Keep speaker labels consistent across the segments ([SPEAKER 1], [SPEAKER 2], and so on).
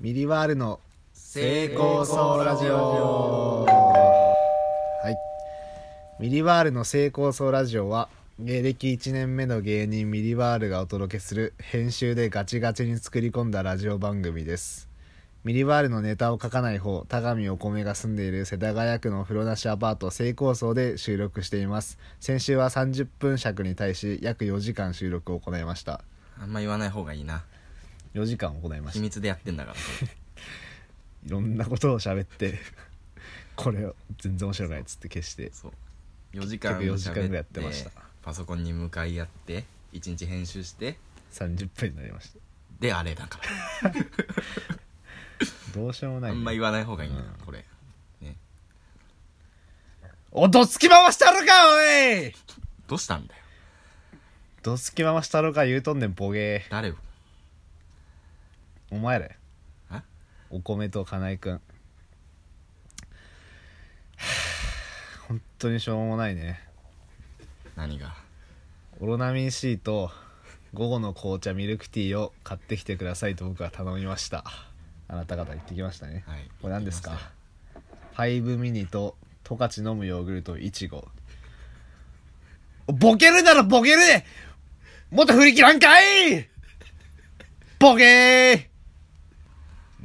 [SPEAKER 1] ミリワールの成功そうラジオはいミリワールの成功そうラジオは芸歴1年目の芸人ミリワールがお届けする編集でガチガチに作り込んだラジオ番組ですミリワールのネタを書かない方田上お米が住んでいる世田谷区の風呂なしアパート成功荘で収録しています先週は30分尺に対し約4時間収録を行いました
[SPEAKER 2] あんま言わない方がいいな
[SPEAKER 1] 4時間行いました
[SPEAKER 2] 秘密でやってんだから
[SPEAKER 1] いろんなことを喋って これを全然面白くないっつって消して
[SPEAKER 2] そう4時間
[SPEAKER 1] 結局4時間ぐらい
[SPEAKER 2] 喋
[SPEAKER 1] やってました
[SPEAKER 2] パソコンに向かい合って1日編集して
[SPEAKER 1] 30分になりました
[SPEAKER 2] であれだか
[SPEAKER 1] どうしようもない
[SPEAKER 2] らあ
[SPEAKER 1] ね、
[SPEAKER 2] んま言わない方がいいな、
[SPEAKER 1] うん
[SPEAKER 2] これね
[SPEAKER 1] おどつき回したろかおい
[SPEAKER 2] どうしたんだよ
[SPEAKER 1] どつき回したろか言うとんねんボゲ
[SPEAKER 2] 誰を
[SPEAKER 1] ーお前ら
[SPEAKER 2] あ
[SPEAKER 1] お米と金井くん はぁ本当にしょうもないね
[SPEAKER 2] 何が
[SPEAKER 1] オロナミン C と午後の紅茶ミルクティーを買ってきてくださいと僕は頼みましたあなた方言ってきましたね
[SPEAKER 2] はい
[SPEAKER 1] これ何ですか
[SPEAKER 2] 言って
[SPEAKER 1] ファイブミニと十勝飲むヨーグルトいちごボケるならボケるでもっと振り切らんかいボケー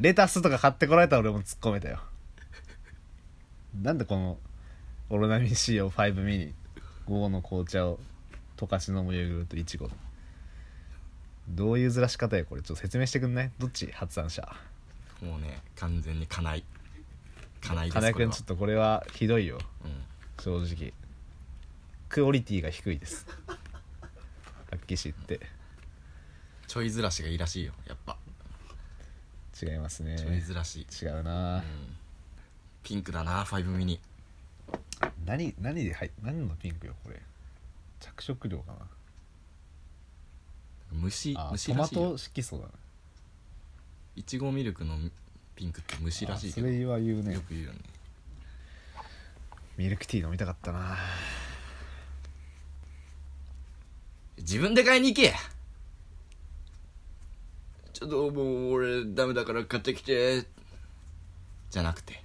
[SPEAKER 1] レタスとか買ってこられたら俺も突っ込めたよなんでこのオロナミン C を5ミニ午後の紅茶を十勝飲むヨーグルトいちごどういうずらし方やこれちょっと説明してくんないどっち発案者
[SPEAKER 2] ましたもうね完全にかないかないです
[SPEAKER 1] 金井
[SPEAKER 2] これ
[SPEAKER 1] 君
[SPEAKER 2] は
[SPEAKER 1] ちょっとこれはひどいよ
[SPEAKER 2] うん
[SPEAKER 1] 正直クオリティが低いですはっきり言って
[SPEAKER 2] ちょいずらしがいいらしいよやっぱ、
[SPEAKER 1] 違いますね
[SPEAKER 2] ちょいずらし、
[SPEAKER 1] 違うな
[SPEAKER 2] うん、ピンクだな5ミニ
[SPEAKER 1] 何何で入っ何のピンクよこれ着色料かな
[SPEAKER 2] 虫
[SPEAKER 1] あ
[SPEAKER 2] 虫
[SPEAKER 1] ト
[SPEAKER 2] ら
[SPEAKER 1] マ
[SPEAKER 2] しいよ
[SPEAKER 1] ト色素だない
[SPEAKER 2] ちごミルクのピンクって虫らしい
[SPEAKER 1] そ
[SPEAKER 2] けど
[SPEAKER 1] れ
[SPEAKER 2] よ
[SPEAKER 1] は言うね
[SPEAKER 2] く言うよね
[SPEAKER 1] ミルクティー飲みたかったな
[SPEAKER 2] 自分で買いに行けちょっともう俺ダメだから買ってきてじゃなくて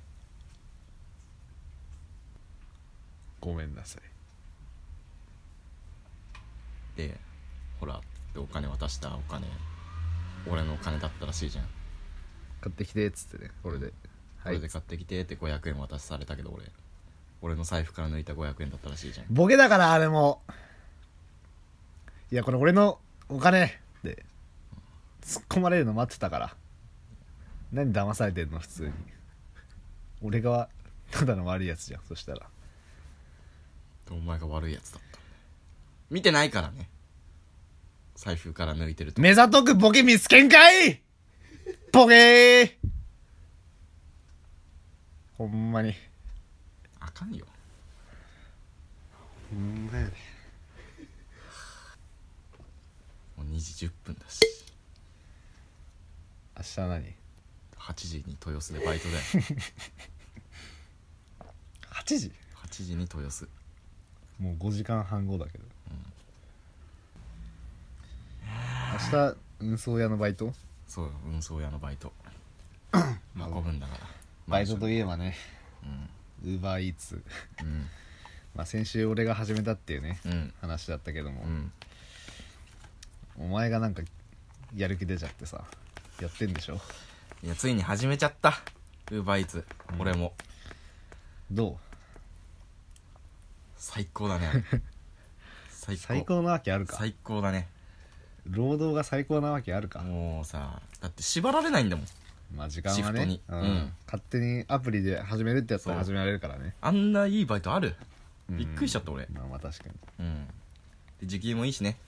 [SPEAKER 1] ごめんなさい
[SPEAKER 2] でほらってお金渡したお金俺のお金だったらしいじゃん
[SPEAKER 1] 買ってきてっつってねこれで
[SPEAKER 2] こ
[SPEAKER 1] は
[SPEAKER 2] れ
[SPEAKER 1] い
[SPEAKER 2] で買ってきてって500円渡されたけど俺俺の財布から抜いた500円だったらしいじゃん
[SPEAKER 1] ボケだからあれもいやこれ俺のお金で突っ込まれるの待ってたから何騙されてんの普通に俺がただの悪いやつじゃんそしたら
[SPEAKER 2] お前が悪いやつだった見てないからね財布から抜いてると
[SPEAKER 1] 目ざとくボケ見つけんかいボケーほんまに
[SPEAKER 2] あかんよ
[SPEAKER 1] ほんまやで
[SPEAKER 2] もう2時10分だし
[SPEAKER 1] 明日何
[SPEAKER 2] 8時に豊洲でバイトだよ
[SPEAKER 1] 8時
[SPEAKER 2] 8時に豊洲
[SPEAKER 1] もう5時間半後だけど、明日運送屋のバイト
[SPEAKER 2] そうよ運送屋のバ イト運ぶんだから
[SPEAKER 1] バイトといえばね
[SPEAKER 2] うん
[SPEAKER 1] ウーバーイーツ
[SPEAKER 2] うん
[SPEAKER 1] まあ先週俺が始めたっていうね
[SPEAKER 2] うん
[SPEAKER 1] 話だったけども
[SPEAKER 2] う、ん
[SPEAKER 1] お前がなんかやる気出ちゃってさやってんでしょ
[SPEAKER 2] いやついに始めちゃったウーバーイーツ俺も
[SPEAKER 1] ど
[SPEAKER 2] 最高 だね最
[SPEAKER 1] う
[SPEAKER 2] 高
[SPEAKER 1] 最高なわけあるか
[SPEAKER 2] 最高だね
[SPEAKER 1] 労働が最高なわけあるか、
[SPEAKER 2] もうさだって縛られないんだもん
[SPEAKER 1] まあ時間は
[SPEAKER 2] シ
[SPEAKER 1] ね
[SPEAKER 2] フ、
[SPEAKER 1] う
[SPEAKER 2] ト
[SPEAKER 1] ん
[SPEAKER 2] にうん
[SPEAKER 1] 勝手にアプリで始めるってやつは
[SPEAKER 2] そ
[SPEAKER 1] 始められるからね
[SPEAKER 2] あんないいバイトある
[SPEAKER 1] うん
[SPEAKER 2] びっくりしちゃった俺
[SPEAKER 1] まあまあ確かに
[SPEAKER 2] うんで時給もいいしね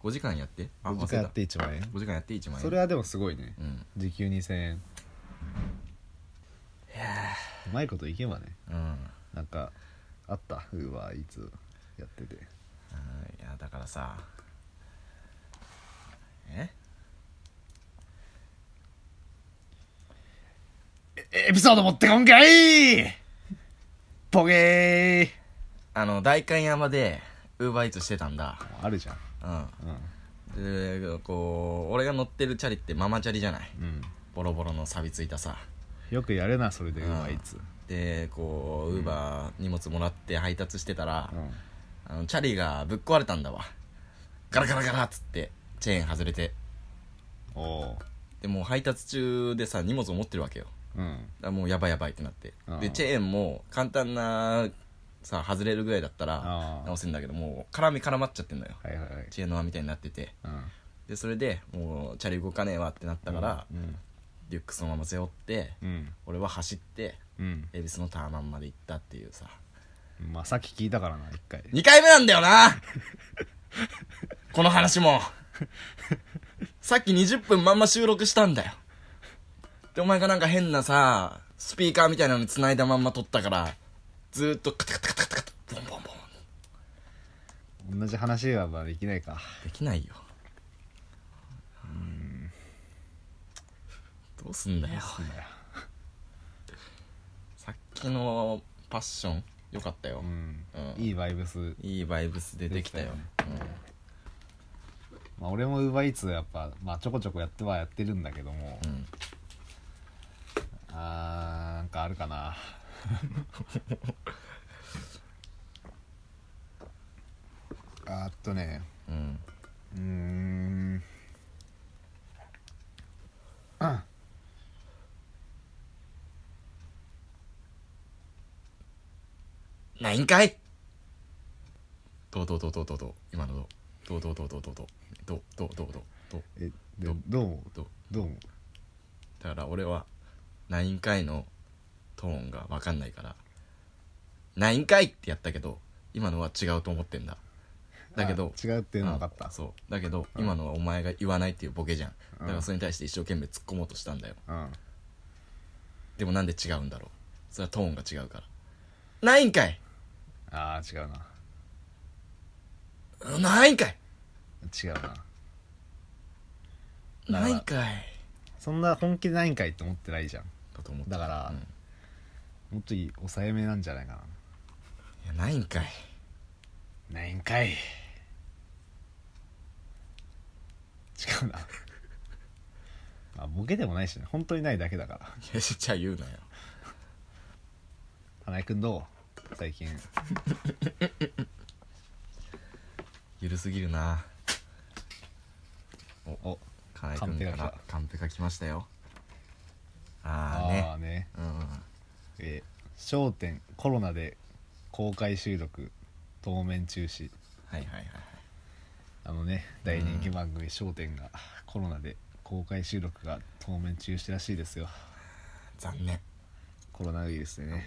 [SPEAKER 2] 5時間やってあ
[SPEAKER 1] 5時間やって1万円
[SPEAKER 2] 5時間やって1万円
[SPEAKER 1] それはでもすごいね
[SPEAKER 2] うん
[SPEAKER 1] 時給2000円うまいこといけばね
[SPEAKER 2] うん
[SPEAKER 1] なんかあったウーバーイーツやってて
[SPEAKER 2] うんいやだからさえ
[SPEAKER 1] エピソード持ってこんかいポゲ
[SPEAKER 2] あの代官山でウーバーイーツしてたんだ
[SPEAKER 1] ーあるじゃん
[SPEAKER 2] うん
[SPEAKER 1] うん
[SPEAKER 2] でこう俺が乗ってるチャリってママチャリじゃない
[SPEAKER 1] うん
[SPEAKER 2] ボロボロの錆びついたさ
[SPEAKER 1] よくやるなそれで
[SPEAKER 2] う
[SPEAKER 1] う
[SPEAKER 2] ん
[SPEAKER 1] まいつ
[SPEAKER 2] でこうウーバー荷物もらって配達してたら、
[SPEAKER 1] うん
[SPEAKER 2] あのチャリがぶっ壊れたんだわガラガラガラっつってチェーン外れて
[SPEAKER 1] おう
[SPEAKER 2] でもう配達中でさ荷物を持ってるわけよ
[SPEAKER 1] うん
[SPEAKER 2] だからもうやばいやばいってなって
[SPEAKER 1] あ
[SPEAKER 2] で
[SPEAKER 1] あ
[SPEAKER 2] チェーンも簡単なさ外れるぐらいだったら
[SPEAKER 1] ああ
[SPEAKER 2] 直せんだけどもう絡み絡まっちゃってんのよ
[SPEAKER 1] はいはいはい
[SPEAKER 2] チェーンの輪みたいになってて
[SPEAKER 1] うん
[SPEAKER 2] でそれでもうチャリ動かねえわってなったから、
[SPEAKER 1] うん
[SPEAKER 2] リュックそのまま背負って
[SPEAKER 1] うん
[SPEAKER 2] 俺は走って
[SPEAKER 1] うん
[SPEAKER 2] 恵比寿のタワマンまで行ったっていうさ
[SPEAKER 1] まあさっき聞いたからな一回
[SPEAKER 2] 2回目なんだよな この話もさっき20分まんま収録したんだよでお前がなんか変なさスピーカーみたいなのに繋いだまんま撮ったからずーっとカタカタカタカタカタボンボンボン
[SPEAKER 1] 同じ話はまあできないか
[SPEAKER 2] できないよどうすんだよ
[SPEAKER 1] なんだよ
[SPEAKER 2] さっきのパッションよかったよ、
[SPEAKER 1] うん
[SPEAKER 2] うん
[SPEAKER 1] いいバイブス
[SPEAKER 2] いいバイブス出てきたよ
[SPEAKER 1] でまあ俺もウーバーイーツやっぱまあちょこちょこやってはやってるんだけども
[SPEAKER 2] うん、うん
[SPEAKER 1] あーなんかあるかな あーっとね
[SPEAKER 2] うん
[SPEAKER 1] うーんあ
[SPEAKER 2] ないんかいどうどうどうどうどうどう今のどうどうどうどうどうどうどうどうどうどうどう
[SPEAKER 1] えで
[SPEAKER 2] ど
[SPEAKER 1] どうも
[SPEAKER 2] どう
[SPEAKER 1] どうも
[SPEAKER 2] だから俺はないんかいのトーンが分かんないからないんかいってやったけど今のは違うと思ってんだだけど
[SPEAKER 1] あ違うっていうの分かっ
[SPEAKER 2] う
[SPEAKER 1] た
[SPEAKER 2] んそうだけど今のはお前が言わないっていうボケじゃんだからそれに対して一生懸命突っ込もうとしたんだよ
[SPEAKER 1] うん
[SPEAKER 2] でもなんで違うんだろうそれはトーンが違うからないんかい
[SPEAKER 1] あー違うな
[SPEAKER 2] ないんかい
[SPEAKER 1] 違うなら
[SPEAKER 2] ないんかい
[SPEAKER 1] そんな本気でないんかいって思ってないじゃん
[SPEAKER 2] だと思って
[SPEAKER 1] だから
[SPEAKER 2] うん
[SPEAKER 1] もっといい抑えめなんじゃないか
[SPEAKER 2] いやないんかい
[SPEAKER 1] なないんかい違うなまあボケでもないしね本当にないだけだから
[SPEAKER 2] いやじゃあ言うなよ
[SPEAKER 1] 花井君どう最近
[SPEAKER 2] ゆるすぎるな
[SPEAKER 1] お
[SPEAKER 2] 金井君からカンペが来ましたよああね
[SPEAKER 1] あーね
[SPEAKER 2] うんうん
[SPEAKER 1] えー『笑点』コロナで公開収録当面中止
[SPEAKER 2] はいはいはい
[SPEAKER 1] あのね大人気番組『笑点』がコロナで公開収録が当面中止らしいですよ
[SPEAKER 2] 残念
[SPEAKER 1] コロナウイルスでね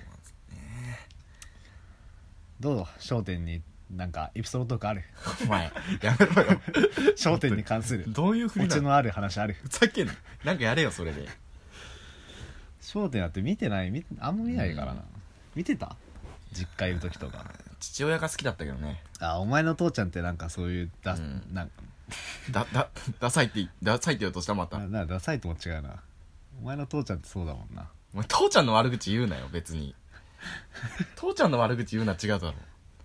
[SPEAKER 1] どうぞ『笑点』になんかエピソードとかある
[SPEAKER 2] お前やめ ろよ
[SPEAKER 1] 『笑点』に関する
[SPEAKER 2] どういうふ
[SPEAKER 1] オ
[SPEAKER 2] りな
[SPEAKER 1] チ
[SPEAKER 2] の
[SPEAKER 1] のある話ある
[SPEAKER 2] ふざけんななんかやれよそれで
[SPEAKER 1] 『笑点』だって見てない見あんま見ないからな見てた実家いる時とか
[SPEAKER 2] 父親が好きだったけどね
[SPEAKER 1] あお前の父ちゃんってなんかそういうだ、
[SPEAKER 2] うん
[SPEAKER 1] なんか
[SPEAKER 2] だだダサいってダサいって言おうとしたまた
[SPEAKER 1] ななダサいとも違うなお前の父ちゃんってそうだもんな
[SPEAKER 2] お前父ちゃんの悪口言うなよ別に父ちゃんの悪口言うな違うだろ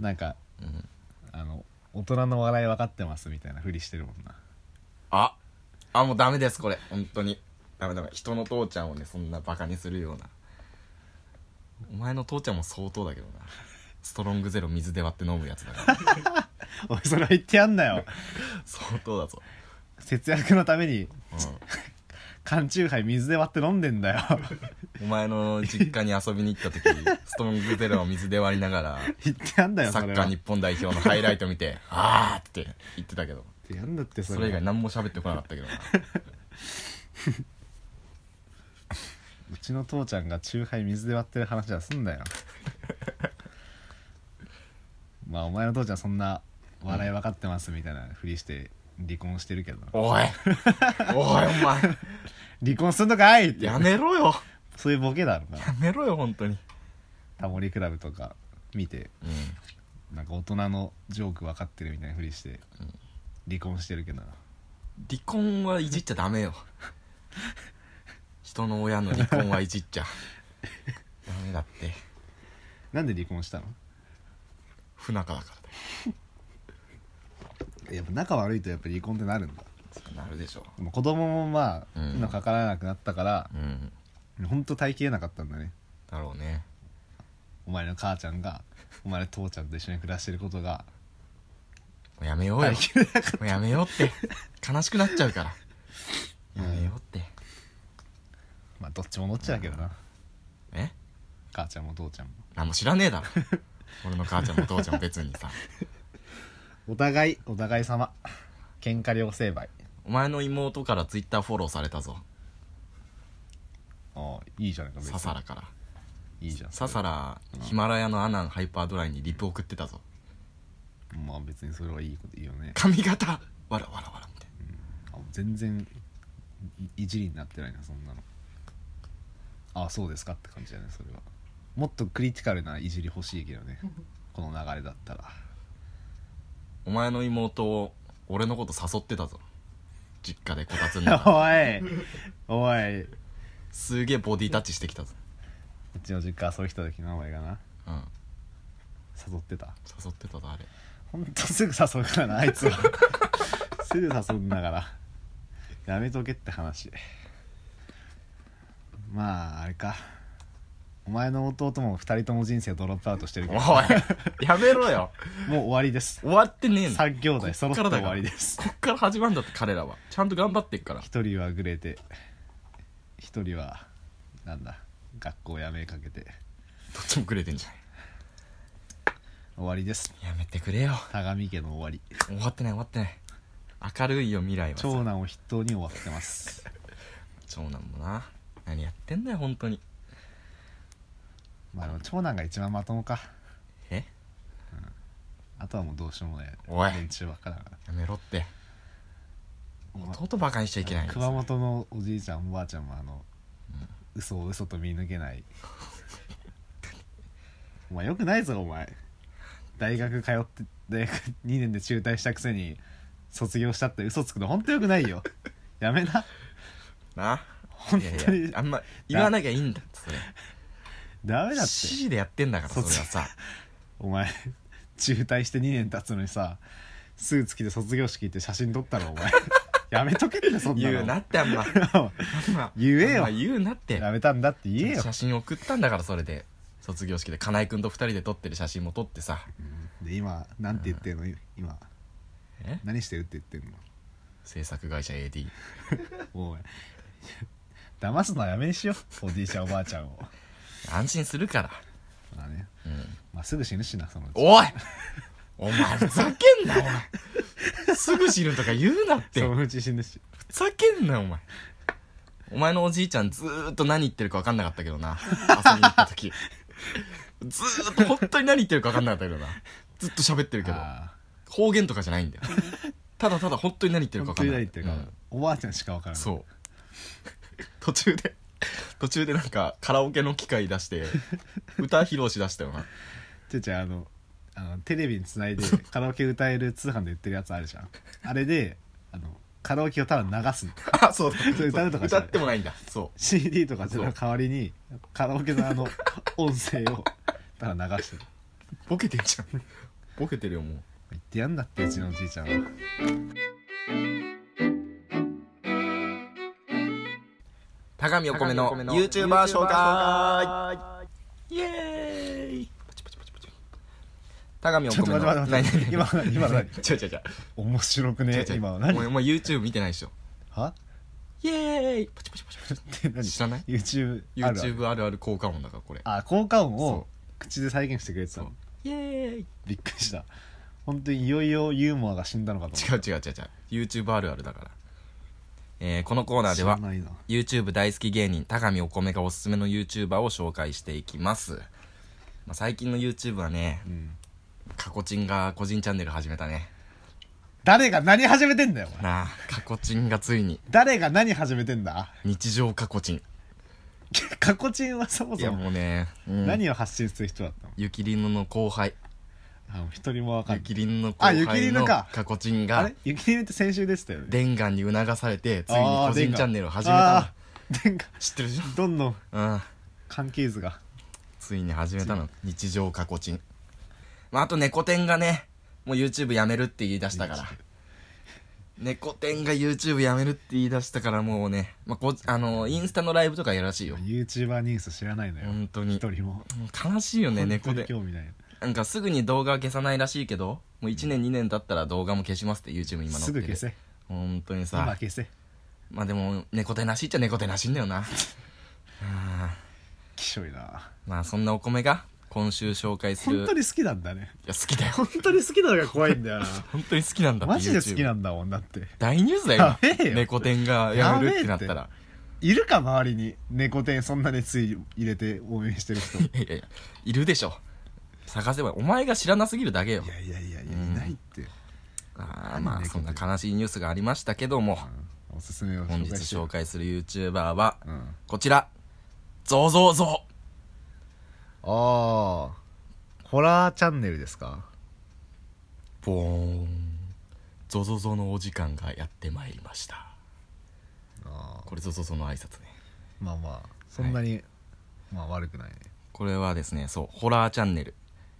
[SPEAKER 1] なんか
[SPEAKER 2] うん
[SPEAKER 1] あの大人の笑い分かってますみたいなふりしてるもんな
[SPEAKER 2] ああもうダメですこれ本当にダメダメ人の父ちゃんをねそんなバカにするようなお前の父ちゃんも相当だけどなストロングゼロ水で割って飲むやつだから
[SPEAKER 1] おいそれは言ってやんなよ
[SPEAKER 2] 相当だぞ、
[SPEAKER 1] 節約のために
[SPEAKER 2] う
[SPEAKER 1] 缶チューハイ水で割って飲んでんだよ
[SPEAKER 2] ん、お前の実家に遊びに行った時ストロングゼロを水で割りなが
[SPEAKER 1] 言ってやんだ
[SPEAKER 2] ら
[SPEAKER 1] よ
[SPEAKER 2] サ
[SPEAKER 1] それ
[SPEAKER 2] ッ
[SPEAKER 1] は
[SPEAKER 2] カー日本代表のハイライト見て「あー」って言ってたけど
[SPEAKER 1] 言ってやんだってそれ
[SPEAKER 2] それ以外何も喋ってこなかったけどな
[SPEAKER 1] うちの父ちゃんがチューハイ水で割ってる話はすんだ よまあお前の父ちゃんそんな笑い分かってますみたいなふりして離婚してるけどな
[SPEAKER 2] おいおいお前
[SPEAKER 1] 離婚すんのかいって
[SPEAKER 2] やめろよ
[SPEAKER 1] そういうボケだろうな
[SPEAKER 2] やめろよ本当に
[SPEAKER 1] タモリクラブとか見て
[SPEAKER 2] うん
[SPEAKER 1] なんか大人のジョーク分かってるみたいなふりして離婚してるけどな
[SPEAKER 2] 離婚はいじっちゃダメよ人の親の離婚はいじっちゃダメだって
[SPEAKER 1] なんで離婚したの
[SPEAKER 2] 不仲だからだよ
[SPEAKER 1] やっぱ仲悪いとやっぱ離婚ってなるんだ
[SPEAKER 2] なるでしょ
[SPEAKER 1] もう子供もまあ、
[SPEAKER 2] うん
[SPEAKER 1] 今かからなくなったから
[SPEAKER 2] うん
[SPEAKER 1] ほんと耐えきれなかったんだね
[SPEAKER 2] だろうね
[SPEAKER 1] お前の母ちゃんがお前の父ちゃんと一緒に暮らしてることが
[SPEAKER 2] もうやめようよ
[SPEAKER 1] 耐えきれなかった
[SPEAKER 2] もうやめようって悲しくなっちゃうからやめようって
[SPEAKER 1] まあどっちもどっちだけどな
[SPEAKER 2] え
[SPEAKER 1] 母ちゃんも父ちゃんも
[SPEAKER 2] 何も知らねえだろ俺の母ちゃんも父ちゃんも別にさ
[SPEAKER 1] お互いお互い様喧嘩両成敗
[SPEAKER 2] お前の妹からツイッターフォローされたぞ
[SPEAKER 1] ああいいじゃないか別に
[SPEAKER 2] ササラから
[SPEAKER 1] いいじゃん
[SPEAKER 2] ササラヒマラヤのアナンハイパードライにリプ送ってたぞ
[SPEAKER 1] まあ別にそれはいいこといいよね
[SPEAKER 2] 髪型わらわらわらみたい
[SPEAKER 1] あ全然いいじりになってないなそんなのああそうですかって感じだねそれはもっとクリティカルないじり欲しいけどねこの流れだったら
[SPEAKER 2] なお前の妹を俺のこと誘ってたぞ実家でこたつに
[SPEAKER 1] お いおいこ
[SPEAKER 2] すげえボディタッチしてきたぞ
[SPEAKER 1] っちの実家遊び来た時のお前がな
[SPEAKER 2] うん
[SPEAKER 1] 誘ってた
[SPEAKER 2] 誘ってたぞあれ
[SPEAKER 1] ほんとすぐ誘うからな あいつはすぐ誘うんだからやめとけって話まああれかお前の弟も2人とも人生ドロップアウトしてるけども
[SPEAKER 2] おいやめろよ
[SPEAKER 1] う終わりです
[SPEAKER 2] 終わってねえの
[SPEAKER 1] 3兄弟揃って
[SPEAKER 2] こっからだか
[SPEAKER 1] 終
[SPEAKER 2] ら
[SPEAKER 1] わりです
[SPEAKER 2] こっから始まるんだって彼らはちゃんと頑張ってっから
[SPEAKER 1] 1人はグレて1人はなんだ学校やめかけて
[SPEAKER 2] どっちもくれてんじゃ
[SPEAKER 1] 終わりです
[SPEAKER 2] んやめてくれよ
[SPEAKER 1] 田上家の終わり
[SPEAKER 2] 終わってない終わってない明るいよ未来はさ
[SPEAKER 1] 長男を筆頭に終わってます
[SPEAKER 2] 長男もな何やってんだよ本当に
[SPEAKER 1] まあでも長男が一番まともか
[SPEAKER 2] え
[SPEAKER 1] あとはもうどうしようもない
[SPEAKER 2] おい
[SPEAKER 1] 連中ばっかだから
[SPEAKER 2] やめろって弟バカにしちゃいけないんです
[SPEAKER 1] 熊本のおじいちゃんおばあちゃんもあの、嘘を嘘と見抜け ないお前よくないぞお前大学通って大学2年で中退したくせに卒業したって嘘つくのほんとよく ないよやめな
[SPEAKER 2] な
[SPEAKER 1] 本
[SPEAKER 2] いや
[SPEAKER 1] 当に
[SPEAKER 2] いやあんま言わなきゃいいんだってそれ
[SPEAKER 1] ダメだ
[SPEAKER 2] 指
[SPEAKER 1] って
[SPEAKER 2] 示でやってんだからそれはさ
[SPEAKER 1] お前中退して2年経つのにさスーツ着て卒業式行って写真撮ったろお 前やめとけってそんなの
[SPEAKER 2] 言うなってあんまあんま
[SPEAKER 1] 言えよ
[SPEAKER 2] あんま言うなって
[SPEAKER 1] やめたんだって 言えよ
[SPEAKER 2] 写真送ったんだからそれで卒業式で金井君と2人で撮ってる写真も撮ってさ
[SPEAKER 1] で今なんて言ってんの今
[SPEAKER 2] え
[SPEAKER 1] 何してるって言ってんの
[SPEAKER 2] 制作会社 AD
[SPEAKER 1] おい騙すのはやめにしようおじいちゃんおばあちゃんを
[SPEAKER 2] 安心するから、
[SPEAKER 1] まあね、
[SPEAKER 2] うん、
[SPEAKER 1] まあ、すぐ死ぬしなそのうち
[SPEAKER 2] おいお前ふざけんなお前すぐ死ぬとか言うなって
[SPEAKER 1] そ
[SPEAKER 2] ふ
[SPEAKER 1] のうち死ぬし
[SPEAKER 2] ざけんなお前お前のおじいちゃんずーっと何言ってるか分かんなかったけどな遊びに行った時ずーっと本当に何言ってるか分かんなかったけどなずっと喋ってるけど
[SPEAKER 1] あ
[SPEAKER 2] 方言とかじゃないんだよただただ本当に何言って
[SPEAKER 1] ー
[SPEAKER 2] るか
[SPEAKER 1] 本
[SPEAKER 2] 分か
[SPEAKER 1] 当
[SPEAKER 2] ん
[SPEAKER 1] に
[SPEAKER 2] な
[SPEAKER 1] 何
[SPEAKER 2] い
[SPEAKER 1] 言ってるか、
[SPEAKER 2] うん
[SPEAKER 1] おばあちゃんしかわからない
[SPEAKER 2] そう途中で途中でなんかカラオケの機械出して歌披露しだしたよな
[SPEAKER 1] ちょちょあのあのテレビにつ ないでカラオケ歌える通販で売ってるやつあるじゃんあれであのカラオケをただ流すの
[SPEAKER 2] あそうだ
[SPEAKER 1] それ歌うとかじ
[SPEAKER 2] 歌
[SPEAKER 1] ゃ
[SPEAKER 2] っ
[SPEAKER 1] ない
[SPEAKER 2] てもないんだそう
[SPEAKER 1] CD とかその代わりにカラオケのあ の音声をただ流してる
[SPEAKER 2] ボケてんじゃんボケてるよもう
[SPEAKER 1] 言ってやんだってうちのおじいちゃんは
[SPEAKER 2] 高見お米の YouTuber 紹介イエーイパチパチパチパチ高見お
[SPEAKER 1] ちょっと
[SPEAKER 2] 米の
[SPEAKER 1] 待って待って待って 今の
[SPEAKER 2] 何
[SPEAKER 1] 今の 何
[SPEAKER 2] 違う違う違う
[SPEAKER 1] 面白く
[SPEAKER 2] 違う
[SPEAKER 1] ね
[SPEAKER 2] 違う
[SPEAKER 1] 今の
[SPEAKER 2] お前
[SPEAKER 1] 何
[SPEAKER 2] お前 YouTube 見てないでしょ
[SPEAKER 1] は
[SPEAKER 2] イエーイパチパチパチパチ
[SPEAKER 1] って何
[SPEAKER 2] 知らない
[SPEAKER 1] YouTube あるある
[SPEAKER 2] YouTube あるある効果音だからこれ
[SPEAKER 1] あ効果音
[SPEAKER 2] そ
[SPEAKER 1] を口で再現してくれてた
[SPEAKER 2] そう
[SPEAKER 1] の
[SPEAKER 2] イエーイ違う
[SPEAKER 1] びっくりした本当にいよいよユーモアが死んだのかと思っ
[SPEAKER 2] 違う違う違う YouTube あるあるだからえーこのコーナ
[SPEAKER 1] た
[SPEAKER 2] ーでは
[SPEAKER 1] 知らないな
[SPEAKER 2] YouTube 大好き芸人高見お米がおすすめの YouTuber を紹介していきます、まあ、最近の YouTube はね
[SPEAKER 1] うん
[SPEAKER 2] カコチンが個人チャンネル始めたね
[SPEAKER 1] 誰が何始めてんだよお前
[SPEAKER 2] なあカコチンがついに
[SPEAKER 1] 誰が何始めてんだ
[SPEAKER 2] 日常カコチン
[SPEAKER 1] 過去チンはそも
[SPEAKER 2] い
[SPEAKER 1] そ
[SPEAKER 2] や
[SPEAKER 1] も
[SPEAKER 2] もうね、うん、
[SPEAKER 1] 何を発信する人だったの
[SPEAKER 2] ゆきりんのの後輩
[SPEAKER 1] あの一人もわかん
[SPEAKER 2] ゆ
[SPEAKER 1] ない
[SPEAKER 2] きりんの後
[SPEAKER 1] あゆきり
[SPEAKER 2] 輩
[SPEAKER 1] んの
[SPEAKER 2] の
[SPEAKER 1] か
[SPEAKER 2] カコチン
[SPEAKER 1] あ
[SPEAKER 2] が
[SPEAKER 1] れ雪音って先週でしたよね
[SPEAKER 2] 伝ンに促されてついに
[SPEAKER 1] あー
[SPEAKER 2] 個人チャンネルを始めた
[SPEAKER 1] あーでんか
[SPEAKER 2] の知ってるじ
[SPEAKER 1] どんどん
[SPEAKER 2] ゃんうん
[SPEAKER 1] 関係図が
[SPEAKER 2] ついに始めたの日常カコチンまああと猫天がねもう YouTube やめるって言い出したから猫店が YouTube やめるって言い出したからもうね、まあ、こあのインスタのライブとかやるらしいよ
[SPEAKER 1] YouTuber ニュース知らないのよ
[SPEAKER 2] 本当に
[SPEAKER 1] 一人も
[SPEAKER 2] もう悲しいよね
[SPEAKER 1] 本
[SPEAKER 2] 猫
[SPEAKER 1] 当に
[SPEAKER 2] で
[SPEAKER 1] 興味ない
[SPEAKER 2] なんかすぐに動画は消さないらしいけどもう1年2年経ったら動画も消しますって YouTube 今載
[SPEAKER 1] す
[SPEAKER 2] って
[SPEAKER 1] ぐ
[SPEAKER 2] る
[SPEAKER 1] 消せ
[SPEAKER 2] 本当に
[SPEAKER 1] 今
[SPEAKER 2] さ
[SPEAKER 1] 消せ
[SPEAKER 2] まあでも猫手なしっちゃ猫手なしんだ よなあ
[SPEAKER 1] きしょいな
[SPEAKER 2] ーまあそんなお米が今週紹介する
[SPEAKER 1] 本当に好きなんだね
[SPEAKER 2] いや好きだよ
[SPEAKER 1] 本当に好きなのが怖いんだよな
[SPEAKER 2] 本当に好きなんだっ て
[SPEAKER 1] マジで好き
[SPEAKER 2] YouTube
[SPEAKER 1] なんだもんだって
[SPEAKER 2] 大ニュースだ
[SPEAKER 1] や
[SPEAKER 2] よ
[SPEAKER 1] べえよ
[SPEAKER 2] 猫店がやめるってなった
[SPEAKER 1] や
[SPEAKER 2] ら
[SPEAKER 1] いるか周りに猫店そんな熱意入れて応援してる人い
[SPEAKER 2] いやいやいやいるでしょ探せばお前が知らなすぎるだけよ
[SPEAKER 1] やいやいやいや
[SPEAKER 2] うん
[SPEAKER 1] いないって、
[SPEAKER 2] あー
[SPEAKER 1] 何
[SPEAKER 2] まあ
[SPEAKER 1] 猫
[SPEAKER 2] そん
[SPEAKER 1] 店
[SPEAKER 2] な悲しいニュースがありましたけども
[SPEAKER 1] おすすめを
[SPEAKER 2] 本日
[SPEAKER 1] 紹介して
[SPEAKER 2] 紹介する YouTuber は
[SPEAKER 1] うん、あ
[SPEAKER 2] こちらゾウゾウゾウ
[SPEAKER 1] あホラーチャンネルですか
[SPEAKER 2] ボーンゾゾゾのお時間がやってまいりました
[SPEAKER 1] ああ
[SPEAKER 2] これゾゾゾの挨拶ね
[SPEAKER 1] まあまあそんなに、まあ悪くないね
[SPEAKER 2] これはですねそうホラーチャンネル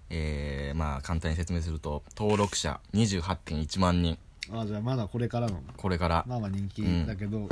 [SPEAKER 2] えー、まあ簡単に説明すると登録者28.1万人
[SPEAKER 1] ああじゃあまだこれからの
[SPEAKER 2] これから
[SPEAKER 1] まあまあ人気だけど、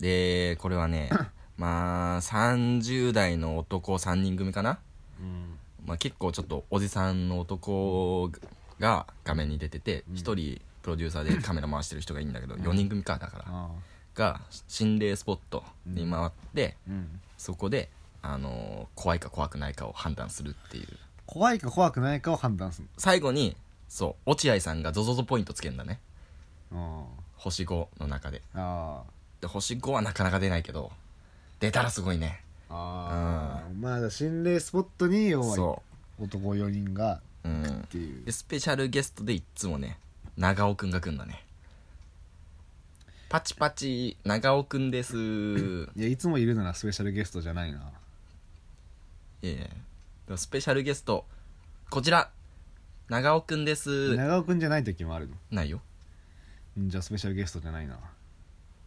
[SPEAKER 2] でこれは ねまあ30代の男3人組かな、
[SPEAKER 1] うん
[SPEAKER 2] まあ、結構ちょっとおじさんの男が画面に出てて、1人プロデューサーでカメラ回してる人がいいんだけど、4人組かだから
[SPEAKER 1] ああ
[SPEAKER 2] が心霊スポットに回って、
[SPEAKER 1] うん
[SPEAKER 2] そこで、あのー怖いか怖くないかを判断するっていう
[SPEAKER 1] 怖いか怖くないかを判断する
[SPEAKER 2] 最後にそう落合さんが ZOZO ポイントつけんだね
[SPEAKER 1] あ
[SPEAKER 2] 星5の中で
[SPEAKER 1] あ
[SPEAKER 2] で星5はなかなか出ないけど出たらすごいね
[SPEAKER 1] ああまあだから心霊スポットに要は
[SPEAKER 2] そ
[SPEAKER 1] 男4人が
[SPEAKER 2] う、うん
[SPEAKER 1] っ、ていう
[SPEAKER 2] でスペシャルゲストでいっつもね長尾くんが来んだねパチパチ長尾くんです
[SPEAKER 1] いやいつもいるならスペシャルゲストじゃないない
[SPEAKER 2] やいやでもスペシャルゲストこちら長尾くんです
[SPEAKER 1] 長尾くんじゃない時もあるの
[SPEAKER 2] ないよ
[SPEAKER 1] うんじゃあスペシャルゲストじゃないな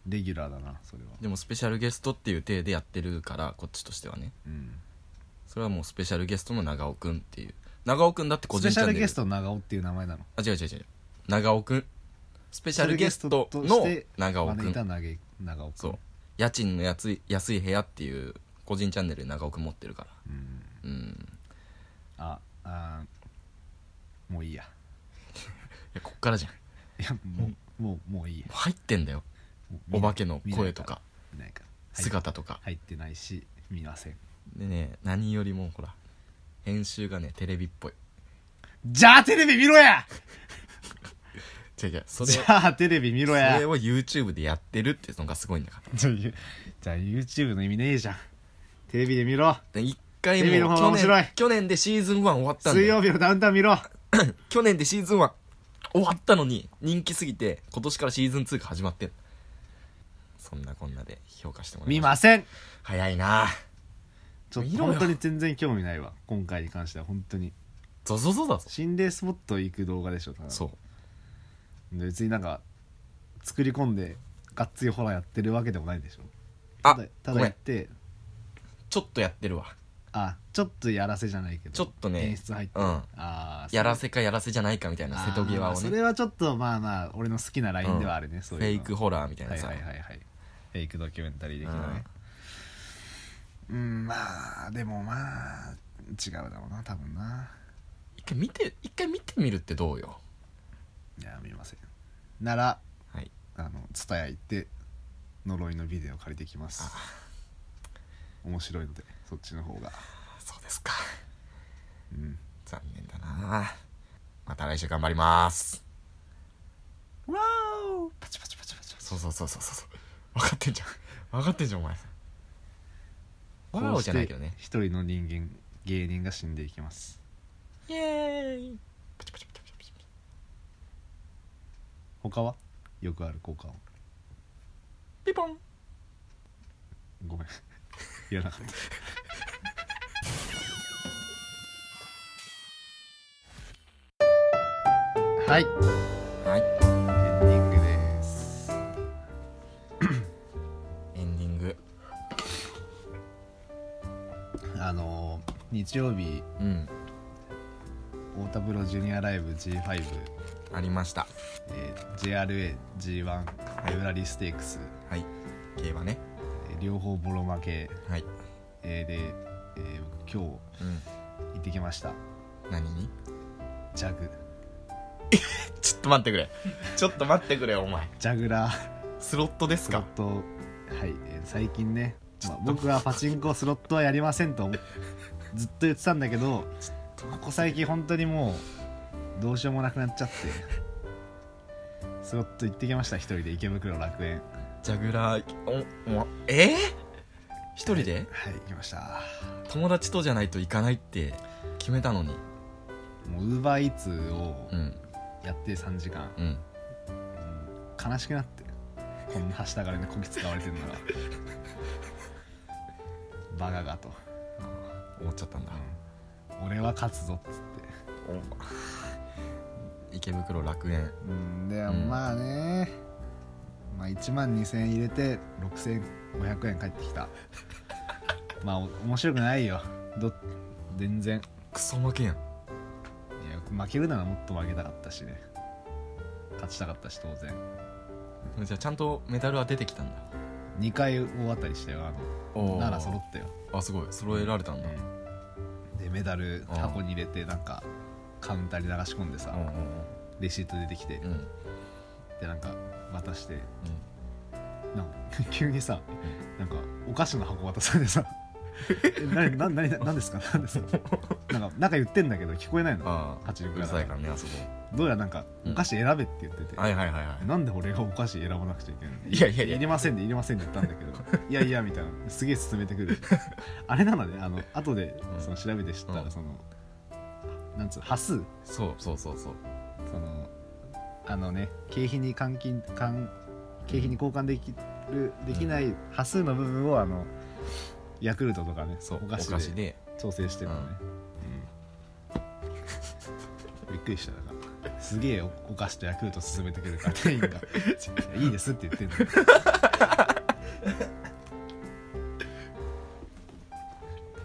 [SPEAKER 1] レギュラーだなそれは
[SPEAKER 2] でもスペシャルゲストっていう体でやってるからこっちとしてはね
[SPEAKER 1] うん
[SPEAKER 2] それはもうスペシャルゲストの長尾くんっていう長尾くんだって個
[SPEAKER 1] スペ
[SPEAKER 2] 人チ
[SPEAKER 1] シ
[SPEAKER 2] ャン
[SPEAKER 1] ャ
[SPEAKER 2] ネ
[SPEAKER 1] ル
[SPEAKER 2] ル
[SPEAKER 1] ゲスト長尾っていう名前なの
[SPEAKER 2] あ違う違う違う長尾くんスペシャルゲスト
[SPEAKER 1] スペシャ
[SPEAKER 2] の
[SPEAKER 1] ルゲストとして
[SPEAKER 2] 長尾く
[SPEAKER 1] 招いた
[SPEAKER 2] ん
[SPEAKER 1] 長い長尾くん
[SPEAKER 2] そう家賃のやつい安い部屋っていう個人チャンネルで長尾くん持ってるから
[SPEAKER 1] うん
[SPEAKER 2] うん
[SPEAKER 1] ああーもういいや
[SPEAKER 2] いやこっからじゃん
[SPEAKER 1] いやもうもうもういいや
[SPEAKER 2] 入ってんだよ
[SPEAKER 1] もう見ない
[SPEAKER 2] お化けの声とか
[SPEAKER 1] 見ないから見ないから
[SPEAKER 2] 姿とか
[SPEAKER 1] 入ってないし見ません
[SPEAKER 2] でね何よりもほら編集がねテレビっぽい
[SPEAKER 1] じゃあテレビ見ろや
[SPEAKER 2] 違う違うそれ
[SPEAKER 1] じ
[SPEAKER 2] を
[SPEAKER 1] ゃあテレビ見ろ
[SPEAKER 2] そ
[SPEAKER 1] や
[SPEAKER 2] れを YouTube でやってるっていうのがすごいんだから
[SPEAKER 1] じゃあゆじゃあ YouTube の意味ねえじゃんテレビで見ろ
[SPEAKER 2] で一回
[SPEAKER 1] テレビの
[SPEAKER 2] も
[SPEAKER 1] 方が
[SPEAKER 2] う去
[SPEAKER 1] 面白い
[SPEAKER 2] 年去年でシーズン1終わったんだ
[SPEAKER 1] 水
[SPEAKER 2] よ
[SPEAKER 1] 曜日のダウンタウン見ろ
[SPEAKER 2] 去年でシーズン1終わったのに人気すぎて今年からシーズン2が始まってんそんなこんなで評価してもらい
[SPEAKER 1] 見
[SPEAKER 2] ま
[SPEAKER 1] ますせん
[SPEAKER 2] 早いな
[SPEAKER 1] ちょっ
[SPEAKER 2] 見
[SPEAKER 1] と
[SPEAKER 2] ろよ
[SPEAKER 1] 本当に全然興味ないわ今回に関しては本当に
[SPEAKER 2] ゾゾゾだぞ
[SPEAKER 1] 心霊スポット行く動画でしょただ
[SPEAKER 2] そう
[SPEAKER 1] で別になんか作り込んでがっつりホラーやってるわけでもないでしょ
[SPEAKER 2] あ
[SPEAKER 1] ただた
[SPEAKER 2] ご
[SPEAKER 1] だ
[SPEAKER 2] め
[SPEAKER 1] 行っ
[SPEAKER 2] ん
[SPEAKER 1] て
[SPEAKER 2] ちょっとやってるわ
[SPEAKER 1] あちょっとやらせじゃないけど
[SPEAKER 2] ちょっとね
[SPEAKER 1] 演出入ってる、
[SPEAKER 2] うん
[SPEAKER 1] ああ
[SPEAKER 2] やらせかやらせじゃないかみたいな瀬戸際
[SPEAKER 1] あー
[SPEAKER 2] を
[SPEAKER 1] それ
[SPEAKER 2] ね
[SPEAKER 1] はちょっとまあまあ俺の好きなラインではあるね、
[SPEAKER 2] フ
[SPEAKER 1] そういう
[SPEAKER 2] ェ
[SPEAKER 1] の
[SPEAKER 2] イクホラーみたい
[SPEAKER 1] は
[SPEAKER 2] ないさ
[SPEAKER 1] はいはいはいフェイクドキュメンタリー的なねうん、まあでもまあ違うだろうな多分な
[SPEAKER 2] 一回見て一回見てみるってどうよ
[SPEAKER 1] いや見ませんなら
[SPEAKER 2] はい
[SPEAKER 1] あの蔦屋行って呪いのビデオ借りてきます面白いのでそっちの方が
[SPEAKER 2] そうですか
[SPEAKER 1] うん
[SPEAKER 2] 残念だなまた来週頑張ります
[SPEAKER 1] わお
[SPEAKER 2] パチパチパチパチそうそうそうそうそう分かってんじゃん分かってんじゃんお前ワオじゃないけどね
[SPEAKER 1] 一人の人間芸人が死んでいきます
[SPEAKER 2] イエーイパチパチパチパチパチ
[SPEAKER 1] 他はよくある効果音
[SPEAKER 2] ピポン
[SPEAKER 1] ごめん言わなかったはいエン
[SPEAKER 2] はい
[SPEAKER 1] ディングです
[SPEAKER 2] エンディング
[SPEAKER 1] あのー日曜日
[SPEAKER 2] うん
[SPEAKER 1] 太田プロジュニアライブ G5
[SPEAKER 2] ありました
[SPEAKER 1] えー JRAG1 エブラリーステークス、
[SPEAKER 2] はい競馬ね
[SPEAKER 1] えー両方ボロ負け、
[SPEAKER 2] はい
[SPEAKER 1] えーで、えー僕今
[SPEAKER 2] うん
[SPEAKER 1] 日行ってきました
[SPEAKER 2] 何に
[SPEAKER 1] ジャグ
[SPEAKER 2] ちょっと待ってくれちょっと待ってくれお前
[SPEAKER 1] ジャグラー
[SPEAKER 2] スロットです
[SPEAKER 1] スロッ
[SPEAKER 2] か
[SPEAKER 1] トはい、えー最近ね、まあ、僕はパチンコスロットはやりませんと 思ずっと言ってたんだけどここ最近本当にもうどうしようもなくなっちゃってスロット行ってきました一人で池袋楽園
[SPEAKER 2] ジャグラーおおえー、一人で
[SPEAKER 1] はい行きました
[SPEAKER 2] 友達とじゃないと行かないって決めたのに
[SPEAKER 1] もうウーバーイーツを
[SPEAKER 2] うん
[SPEAKER 1] やって3時間、
[SPEAKER 2] うん
[SPEAKER 1] 悲しくなってこんなはしたがれのこき使われてるな らバカがと、
[SPEAKER 2] 思っちゃったんだ
[SPEAKER 1] うん俺は勝つぞっつって
[SPEAKER 2] 池袋楽園
[SPEAKER 1] うんで、
[SPEAKER 2] うん
[SPEAKER 1] まあねまあ1万2000円入れて6500円返って きたまあお面白くないよど全然
[SPEAKER 2] クソ負けやん
[SPEAKER 1] いや負けるならもっと負けたかったしね勝ちたかったし当然
[SPEAKER 2] じゃあちゃんとメダルは出てきたんだ
[SPEAKER 1] 2回大当たりしたよあ
[SPEAKER 2] お
[SPEAKER 1] の
[SPEAKER 2] ー
[SPEAKER 1] なら揃ったよ
[SPEAKER 2] あすごい揃えられたんだ
[SPEAKER 1] でメダル箱に入れてなんかカウンターに流し込んでさ、
[SPEAKER 2] うん
[SPEAKER 1] レシート出てきて、
[SPEAKER 2] うんうん
[SPEAKER 1] でなんか渡してなんか 急にさなんかお菓子の箱渡されてさ 「えななななんですか なんですか?」なんかなんか言ってんだけど聞こえないの
[SPEAKER 2] ああ
[SPEAKER 1] 勝ち抜
[SPEAKER 2] う
[SPEAKER 1] く
[SPEAKER 2] るさいかららねあそこ
[SPEAKER 1] どうやらなんか
[SPEAKER 2] うん
[SPEAKER 1] お菓子選べって言ってて、
[SPEAKER 2] はいはいはいは
[SPEAKER 1] なんで俺がお菓子選ばなくちゃいけないの
[SPEAKER 2] いやいやいや
[SPEAKER 1] 入れませんで入れませんで言ったんだけど いやいやみたいなすげえ進めて くるあれなのねあの後で
[SPEAKER 2] うん
[SPEAKER 1] その調べて知った
[SPEAKER 2] う
[SPEAKER 1] ら
[SPEAKER 2] ん
[SPEAKER 1] その、なんつう端数
[SPEAKER 2] そうそうそうそう
[SPEAKER 1] そのあのね景品に換金換景品に交換できるできない端数の部分をあのヤクルトとかね
[SPEAKER 2] そう
[SPEAKER 1] お
[SPEAKER 2] お
[SPEAKER 1] 菓
[SPEAKER 2] 菓
[SPEAKER 1] 子
[SPEAKER 2] 子
[SPEAKER 1] で
[SPEAKER 2] で
[SPEAKER 1] 調整してるのね、うんびっくりしただからすげえおお菓子とヤクルト勧めてくるから店員が 「いやいいです」って言ってんのに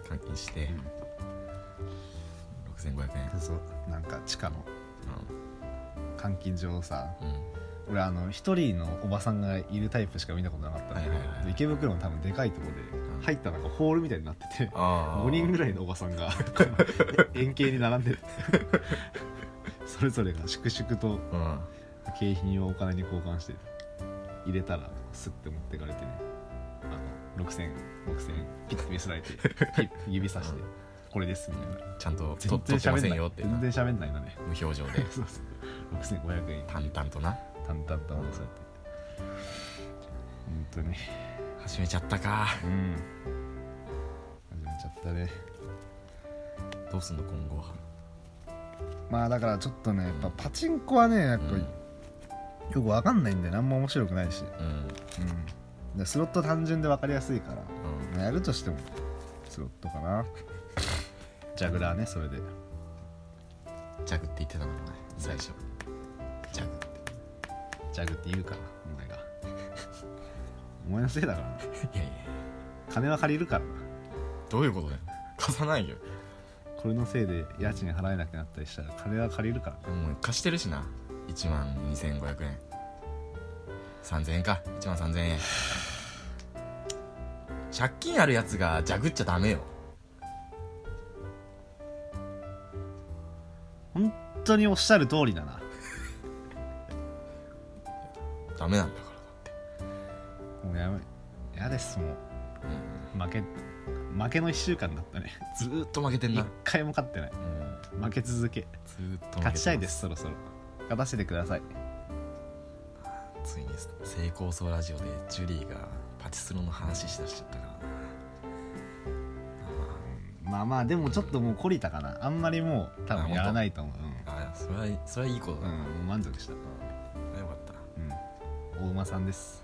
[SPEAKER 2] 換金して6500円
[SPEAKER 1] そうなんか地下の
[SPEAKER 2] う
[SPEAKER 1] 監禁所をさ
[SPEAKER 2] んうん
[SPEAKER 1] 俺あの一人のおばさんがいるタイプしか見たことなかったんだけど、
[SPEAKER 2] はいはいはい
[SPEAKER 1] 池袋の多分でかいとこ
[SPEAKER 2] うん
[SPEAKER 1] で入ったなんかホールみたいになってて
[SPEAKER 2] ああ
[SPEAKER 1] 5人ぐらいのおばさんが円形に並んでてそれぞれが粛々と
[SPEAKER 2] うん
[SPEAKER 1] 景品をお金に交換して入れたらスッて持ってかれてねあの6000 6000ピッて見せられてピッ指さして「これです」みたいな
[SPEAKER 2] ちゃんとと
[SPEAKER 1] 全然
[SPEAKER 2] 取ってま
[SPEAKER 1] 喋
[SPEAKER 2] せ
[SPEAKER 1] ん
[SPEAKER 2] ん
[SPEAKER 1] ない
[SPEAKER 2] よってな
[SPEAKER 1] 全然喋んないのね
[SPEAKER 2] 無表情 で
[SPEAKER 1] そうそう6500円
[SPEAKER 2] 淡々とな
[SPEAKER 1] 淡々と話されて本当に
[SPEAKER 2] 始めちゃったか
[SPEAKER 1] うん始めちゃったね
[SPEAKER 2] どうすんの今後は
[SPEAKER 1] まあだからちょっとねやっぱパチンコはねやっぱ、
[SPEAKER 2] うん
[SPEAKER 1] よくわかんないんで何も面白くないし、
[SPEAKER 2] うん
[SPEAKER 1] うん、でスロット単純でわかりやすいから、
[SPEAKER 2] うん
[SPEAKER 1] まあやるとしてもスロットかなジャグラーねそれで
[SPEAKER 2] ジャグって言ってたもんね最初ジャグっ
[SPEAKER 1] ジャグって言うからお前がお前のせいだからな
[SPEAKER 2] ていやいや
[SPEAKER 1] 金は借りるからな
[SPEAKER 2] どういうことだよ貸さないよ
[SPEAKER 1] これのせいで家賃払えなくなったりしたら金は借りるから
[SPEAKER 2] もう貸してるしな1万2500円3000円か1万3000円借金あるやつがジャグっちゃダメよ
[SPEAKER 1] 本当におっしゃる通りだな
[SPEAKER 2] ダメなんだから
[SPEAKER 1] もうやめやですもう負け負けの1週間だったね
[SPEAKER 2] ずーっと負けてんな、
[SPEAKER 1] 1回も勝ってない
[SPEAKER 2] うん
[SPEAKER 1] 負け続け
[SPEAKER 2] ずーっと負けて
[SPEAKER 1] 勝ちたいですすそろそろ勝たせてください
[SPEAKER 2] ついに成功そうラジオでジュリーがパチスロの話しだしちゃったからな
[SPEAKER 1] まあまあでもちょっともう懲りたかなあんまりもう多分やらないと思う
[SPEAKER 2] あそれはそれはいいこと
[SPEAKER 1] う
[SPEAKER 2] だ、
[SPEAKER 1] ん、うん、もう満足した、う
[SPEAKER 2] あよかっ
[SPEAKER 1] ん、大馬さんです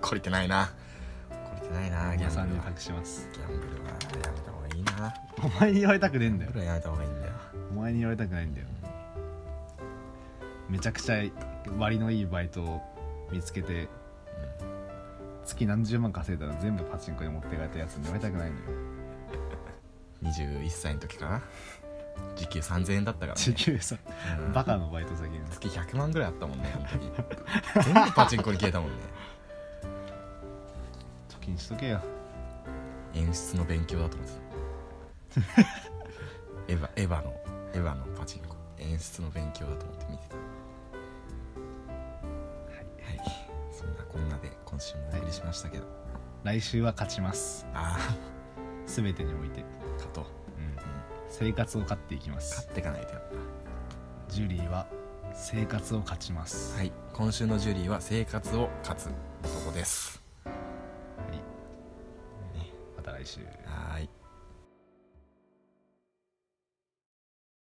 [SPEAKER 2] た懲りてないな懲りてないな
[SPEAKER 1] 大
[SPEAKER 2] ギ
[SPEAKER 1] 馬
[SPEAKER 2] ャ
[SPEAKER 1] さん
[SPEAKER 2] ンブ
[SPEAKER 1] に
[SPEAKER 2] ルは
[SPEAKER 1] 託します
[SPEAKER 2] ギャンブルはやめた方がいいな
[SPEAKER 1] お前に言われたくねえん
[SPEAKER 2] ギ
[SPEAKER 1] だよ
[SPEAKER 2] ャンブルはやめた方がいいんだよ
[SPEAKER 1] お前に言われたくないんだよめちゃくちゃ割のいいバイトを見つけて月何十万稼いだら全部パチンコに持ってかれたやつに言われたくないのよ
[SPEAKER 2] 21歳の時かな時給3000円だったからね
[SPEAKER 1] 時給さ
[SPEAKER 2] うん
[SPEAKER 1] バカのバイト先の
[SPEAKER 2] 月100万ぐらいあったもんねあの時全部パチンコに消えたもんね
[SPEAKER 1] 貯金しとけよ
[SPEAKER 2] 演出の勉強だと思ってた エヴァエヴァのエヴァのパチンコ演出の勉強だと思って見てたはい、そんなこんなで今週もお送りしましたけど、
[SPEAKER 1] 来週は勝ちます
[SPEAKER 2] あ
[SPEAKER 1] 全てにおいて
[SPEAKER 2] あ勝とう、うん、
[SPEAKER 1] 生活を勝っていきま
[SPEAKER 2] 勝
[SPEAKER 1] す
[SPEAKER 2] っていかないとやっ
[SPEAKER 1] ジュリーは生活を勝ちます
[SPEAKER 2] ぱはい今週のジュリーは生活を勝つ男です
[SPEAKER 1] はいまた来週
[SPEAKER 2] はーい